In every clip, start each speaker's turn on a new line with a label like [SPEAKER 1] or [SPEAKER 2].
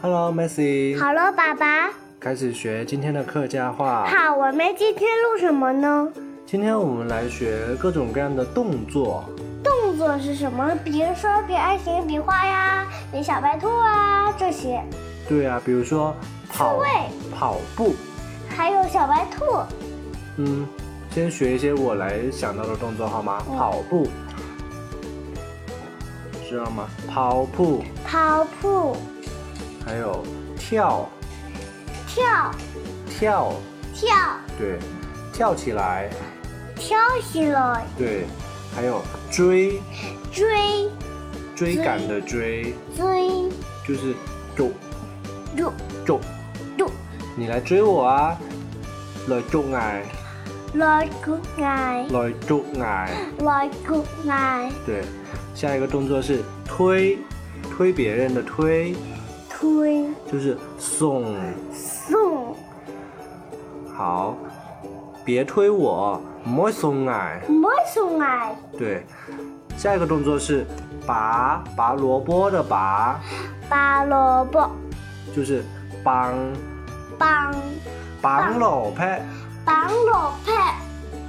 [SPEAKER 1] Hello, Messi，
[SPEAKER 2] 好了，爸爸。
[SPEAKER 1] 开始学今天的客家话。
[SPEAKER 2] 好，我们今天录什么呢？
[SPEAKER 1] 今天我们来学各种各样的动作。
[SPEAKER 2] 动作是什么？比如说比爱心、比划呀、比小白兔啊这些，
[SPEAKER 1] 对啊，比如说跑
[SPEAKER 2] 位
[SPEAKER 1] 跑步。
[SPEAKER 2] 还有小白兔。
[SPEAKER 1] 嗯，先学一些我来想到的动作好吗？
[SPEAKER 2] 嗯
[SPEAKER 1] 跑步，知道吗？跑步，
[SPEAKER 2] 跑步、
[SPEAKER 1] 还有跳
[SPEAKER 2] 跳、
[SPEAKER 1] 跳，
[SPEAKER 2] 跳、
[SPEAKER 1] 对，跳起来，
[SPEAKER 2] 跳起来、
[SPEAKER 1] 对，还有追
[SPEAKER 2] 追、
[SPEAKER 1] 追
[SPEAKER 2] 追
[SPEAKER 1] 赶的追，
[SPEAKER 2] 追、
[SPEAKER 1] 就是走
[SPEAKER 2] 入、
[SPEAKER 1] 走，
[SPEAKER 2] 入、
[SPEAKER 1] 你来追我啊！来捉爱，
[SPEAKER 2] 来鼓爱、
[SPEAKER 1] 来捉爱，
[SPEAKER 2] 来鼓爱、
[SPEAKER 1] 对，下一个动作是推，推别人的推，
[SPEAKER 2] 推、
[SPEAKER 1] 就是送。
[SPEAKER 2] 送、
[SPEAKER 1] 好，别推我，莫松矮。
[SPEAKER 2] 摸送爱、
[SPEAKER 1] 对，下一个动作是拔拔萝卜的拔，
[SPEAKER 2] 拔萝卜、
[SPEAKER 1] 就是帮
[SPEAKER 2] 绑
[SPEAKER 1] 帮老拍。
[SPEAKER 2] 绑萝卜、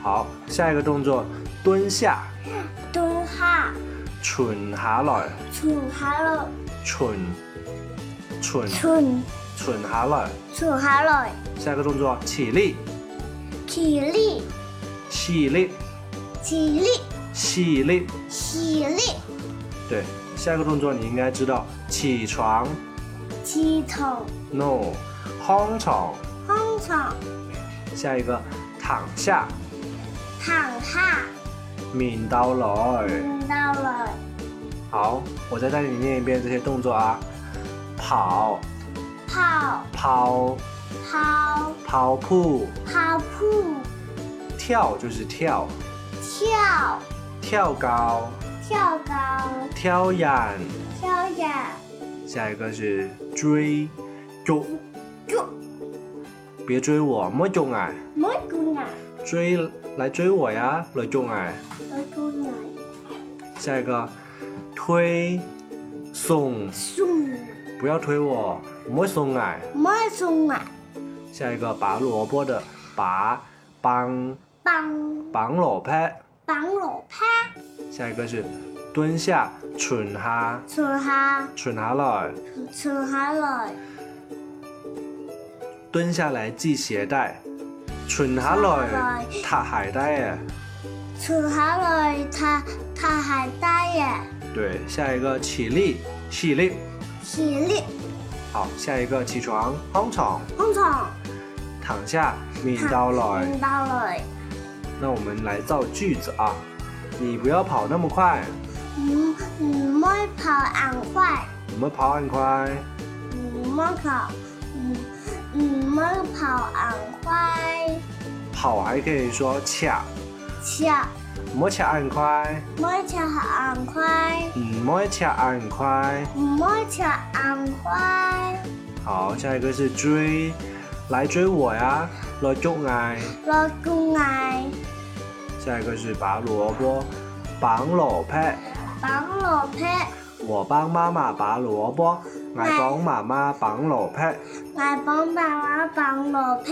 [SPEAKER 1] 好，下一个动作蹲下，
[SPEAKER 2] 蹲下、
[SPEAKER 1] 蠢下来，
[SPEAKER 2] 存下来、
[SPEAKER 1] 蠢蠢
[SPEAKER 2] 存
[SPEAKER 1] 蠢下来。
[SPEAKER 2] 存下来、
[SPEAKER 1] 下一个动作起立，
[SPEAKER 2] 起立、
[SPEAKER 1] 起立，
[SPEAKER 2] 起立、
[SPEAKER 1] 起立。
[SPEAKER 2] 起立、
[SPEAKER 1] 对，下一个动作你应该知道，起床
[SPEAKER 2] 起头、
[SPEAKER 1] ，no，哄床。
[SPEAKER 2] 空床、
[SPEAKER 1] 下一个躺下。
[SPEAKER 2] 躺下。
[SPEAKER 1] 面到来。
[SPEAKER 2] 听到了，
[SPEAKER 1] 好，我再带你念一遍这些动作啊：跑、
[SPEAKER 2] 跑
[SPEAKER 1] 抛、
[SPEAKER 2] 跑
[SPEAKER 1] 跑步、
[SPEAKER 2] 跑步，
[SPEAKER 1] 跳就是跳，
[SPEAKER 2] 跳
[SPEAKER 1] 跳高、
[SPEAKER 2] 跳高，
[SPEAKER 1] 跳远。
[SPEAKER 2] 跳远，
[SPEAKER 1] 下一个是追，追，
[SPEAKER 2] 住
[SPEAKER 1] 别追我，莫追俺，
[SPEAKER 2] 没姑奶，
[SPEAKER 1] 追来追我呀，来啊追俺。
[SPEAKER 2] 没姑奶，
[SPEAKER 1] 下一个推，送，
[SPEAKER 2] 送
[SPEAKER 1] 不要推我，莫送俺。
[SPEAKER 2] 没送奶，
[SPEAKER 1] 下一个拔萝卜的拔，帮
[SPEAKER 2] 帮
[SPEAKER 1] 帮萝卜。
[SPEAKER 2] 帮我拍，
[SPEAKER 1] 下一个是蹲下，蠢哈，
[SPEAKER 2] 存下
[SPEAKER 1] 蠢哈了，
[SPEAKER 2] 存下来，
[SPEAKER 1] 蹲下来系鞋带，蠢哈了，踏鞋带耶。
[SPEAKER 2] 存下来，他他还大耶，
[SPEAKER 1] 对，下一个起立，起立。
[SPEAKER 2] 起立，
[SPEAKER 1] 好，下一个起床，哄床，
[SPEAKER 2] 空床，
[SPEAKER 1] 躺下，面到来。
[SPEAKER 2] 听到了，
[SPEAKER 1] 那我们来造句子啊，你不要跑那么快，
[SPEAKER 2] 唔唔没跑俺快。
[SPEAKER 1] 我们跑很快。
[SPEAKER 2] 唔好跑，唔唔好跑硬快，
[SPEAKER 1] 跑还可以说抢，
[SPEAKER 2] 切
[SPEAKER 1] 莫抢很快，
[SPEAKER 2] 唔好切硬快，
[SPEAKER 1] 嗯，莫抢很快。
[SPEAKER 2] 唔好切硬快，
[SPEAKER 1] 好，下一个是追，来追我呀，来捉我。
[SPEAKER 2] 落公爱，
[SPEAKER 1] 下一个是拔萝卜，绑萝卜。
[SPEAKER 2] 绑落劈，
[SPEAKER 1] 我帮妈妈拔萝卜，我帮妈妈绑萝卜。
[SPEAKER 2] 爱绑爸爸绑落劈，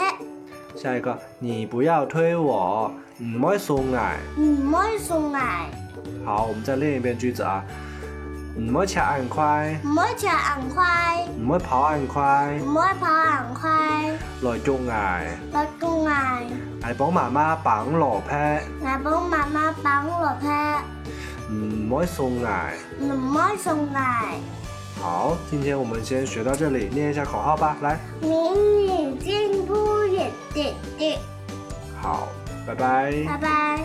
[SPEAKER 1] 下一个，你不要推我，嗯唔好送我。
[SPEAKER 2] 唔好送爱，
[SPEAKER 1] 好，我们再练一遍句子啊，唔好抢硬快，
[SPEAKER 2] 唔好切硬快，
[SPEAKER 1] 唔好跑硬快，
[SPEAKER 2] 唔好跑硬快，
[SPEAKER 1] 来捉我。
[SPEAKER 2] 落公爱，
[SPEAKER 1] 我帮妈妈绑萝卜，
[SPEAKER 2] 爱绑妈妈绑落劈，
[SPEAKER 1] 唔好送我。
[SPEAKER 2] 唔好送爱。
[SPEAKER 1] 好，今天我们先学到这里，念一下口号吧，来。
[SPEAKER 2] 明年进步一点点。
[SPEAKER 1] 好，拜拜。
[SPEAKER 2] 拜拜。